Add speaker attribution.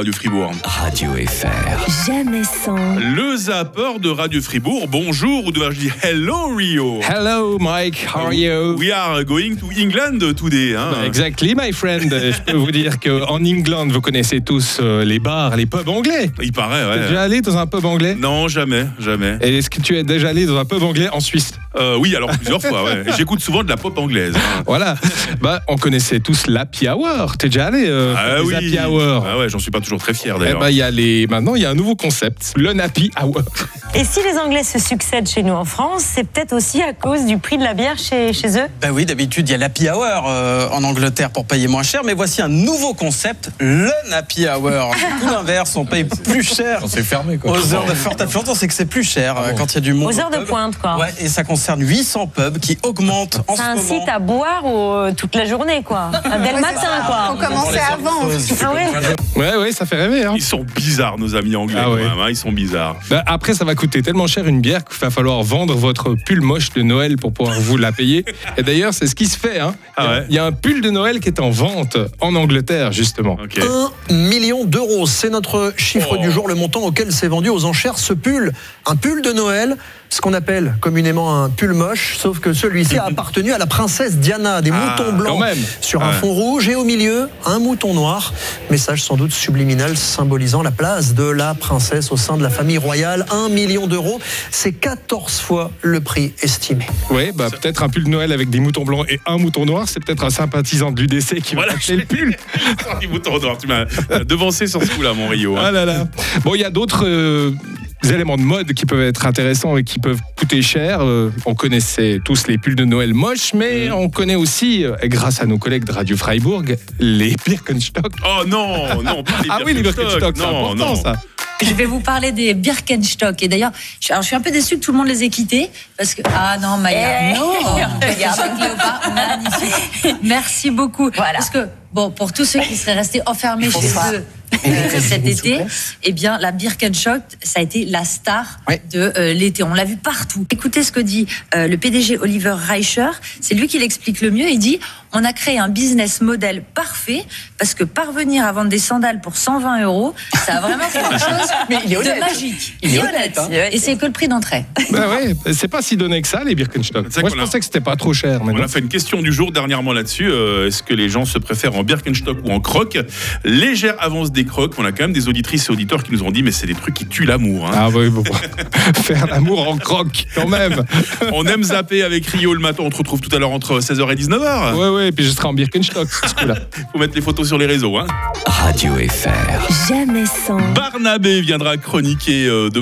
Speaker 1: Radio Fribourg.
Speaker 2: Radio FR.
Speaker 3: Jamais sans.
Speaker 1: Le zapper de Radio Fribourg, bonjour, ou dois-je dire hello Rio
Speaker 2: Hello, Mike. How are you?
Speaker 1: We are going to England today.
Speaker 2: Bah,
Speaker 1: hein.
Speaker 2: Exactly, my friend. Je peux vous dire qu'en England, vous connaissez tous euh, les bars, les pubs anglais.
Speaker 1: Il paraît,
Speaker 2: T'es
Speaker 1: ouais.
Speaker 2: déjà allé dans un pub anglais
Speaker 1: Non, jamais, jamais.
Speaker 2: Et Est-ce que tu es déjà allé dans un pub anglais en Suisse
Speaker 1: Euh, oui, alors plusieurs fois, ouais. J'écoute souvent de la pop anglaise. hein.
Speaker 2: Voilà. bah, on connaissait tous l'Happy Hour. T'es déjà allé euh,
Speaker 1: Ah
Speaker 2: les
Speaker 1: oui.
Speaker 2: Happy Hour
Speaker 1: Ah ouais, j'en suis pas toujours très fier
Speaker 2: Eh
Speaker 1: d'ailleurs.
Speaker 2: ben, il y a les... Maintenant, il y a un nouveau concept, le Nappy Hour.
Speaker 3: Et si les Anglais se succèdent chez nous en France, c'est peut-être aussi à cause du prix de la bière chez, chez eux.
Speaker 4: Ben oui, d'habitude, il y a l'happy hour euh, en Angleterre pour payer moins cher, mais voici un nouveau concept, le happy hour. C'est Tout l'inverse, on paye plus cher.
Speaker 5: C'est fermé quoi. Ah
Speaker 4: Aux heures de forte affluence, c'est que c'est plus cher euh, quand il y a du monde.
Speaker 3: Aux heures
Speaker 4: au
Speaker 3: de
Speaker 4: pub.
Speaker 3: pointe, quoi.
Speaker 4: Ouais, et ça concerne 800 pubs qui augmentent en
Speaker 3: Ça
Speaker 4: ce moment.
Speaker 3: incite à boire au- euh, toute la journée, quoi. Dès le matin, quoi.
Speaker 6: On commençait avant.
Speaker 3: Ah ouais
Speaker 2: Ouais, ouais, ça fait rêver. hein.
Speaker 1: Ils sont bizarres, nos amis anglais,
Speaker 2: Ah
Speaker 1: quand
Speaker 2: ouais.
Speaker 1: même, hein, Ils sont bizarres.
Speaker 2: Bah, après, ça va coûter tellement cher une bière qu'il va falloir vendre votre pull moche de Noël pour pouvoir vous la payer. Et d'ailleurs, c'est ce qui se fait. hein.
Speaker 1: Ah ouais.
Speaker 2: Il y a un pull de Noël qui est en vente en Angleterre, justement.
Speaker 1: Ok.
Speaker 5: 1 million d'euros, c'est notre chiffre
Speaker 1: Oh.
Speaker 5: du jour, le montant auquel s'est vendu aux enchères ce pull. Un pull de Noël, ce qu'on appelle communément un pull moche, sauf que celui-ci a appartenu à la princesse Diana, des
Speaker 1: Ah,
Speaker 5: moutons blancs
Speaker 2: quand même.
Speaker 5: sur
Speaker 1: Ouais.
Speaker 5: un fond rouge et au milieu, un mouton noir. Message sans doute subliminal symbolisant la place de la princesse au sein de la famille royale. 1 million d'euros, c'est 14 fois le prix estimé.
Speaker 2: Oui, bah, peut-être un pull de Noël avec des moutons blancs et un mouton noir. C'est peut-être un sympathisant du DC qui va
Speaker 1: Voilà,
Speaker 2: acheter le pull.
Speaker 1: Il vous tend dehors, tu m'as t'as devancé sur ce coup-là, mon Rio. hein.
Speaker 2: Ah là là. Bon, il y a d'autres euh, éléments de mode qui peuvent être intéressants et qui peuvent coûter cher. Euh, on connaissait tous les pulls de Noël moches, mais
Speaker 1: Mm.
Speaker 2: on connaît aussi, euh, grâce à nos collègues de Radio Freiburg, les Birkenstock.
Speaker 1: Oh non, non, pas les
Speaker 2: Ah oui, les Birkenstock, c'est
Speaker 1: Non, non.
Speaker 2: important ça.
Speaker 7: Je vais vous parler des Birkenstock. Et d'ailleurs, je, alors, je suis un peu déçue que tout le monde les ait quittés. Parce que, ah non, Maya,
Speaker 6: Eh,
Speaker 7: non Birkenstock Léopard, magnifique. Merci beaucoup.
Speaker 6: Voilà.
Speaker 7: Parce que, bon, pour tous ceux qui seraient restés enfermés chez
Speaker 6: Bonsoir.
Speaker 7: eux euh, cet été, eh bien, la Birkenstock, ça a été la star
Speaker 4: Ouais.
Speaker 7: de euh, l'été. On l'a vu partout. Écoutez ce que dit euh, le PDG Oliver Reicher. C'est lui qui l'explique le mieux. Il dit On a créé un business model parfait parce que parvenir à vendre des sandales pour 120 euros, ça a vraiment quelque chose
Speaker 4: il est
Speaker 7: de
Speaker 4: honnête.
Speaker 7: magique.
Speaker 4: Il est honnête, hein.
Speaker 7: Et c'est que le prix d'entrée.
Speaker 2: Bah ouais, c'est pas si donné que ça les Birkenstock.
Speaker 1: C'est
Speaker 2: Moi
Speaker 1: qu'on
Speaker 2: je
Speaker 1: a-
Speaker 2: pensais que c'était pas trop cher. Mais
Speaker 1: On
Speaker 2: non.
Speaker 1: a fait une question du jour dernièrement là-dessus. Euh, Est-ce que les gens se préfèrent en Birkenstock ou en croc Légère avance des crocs. On a quand même des auditrices et auditeurs qui nous ont dit mais c'est des trucs qui tuent l'amour. hein.
Speaker 2: Ah oui, bon. faire l'amour en croque quand même.
Speaker 1: On aime zapper avec Rio le matin. On te retrouve tout à l'heure entre 16h et 19h.
Speaker 2: Ouais ouais, et puis je serai en Birkenstock ce coup-là.
Speaker 1: Faut mettre les photos sur les réseaux. Hein.
Speaker 2: Radio FR.
Speaker 3: Jamais sans.
Speaker 1: Barnabé viendra chroniquer euh, demain.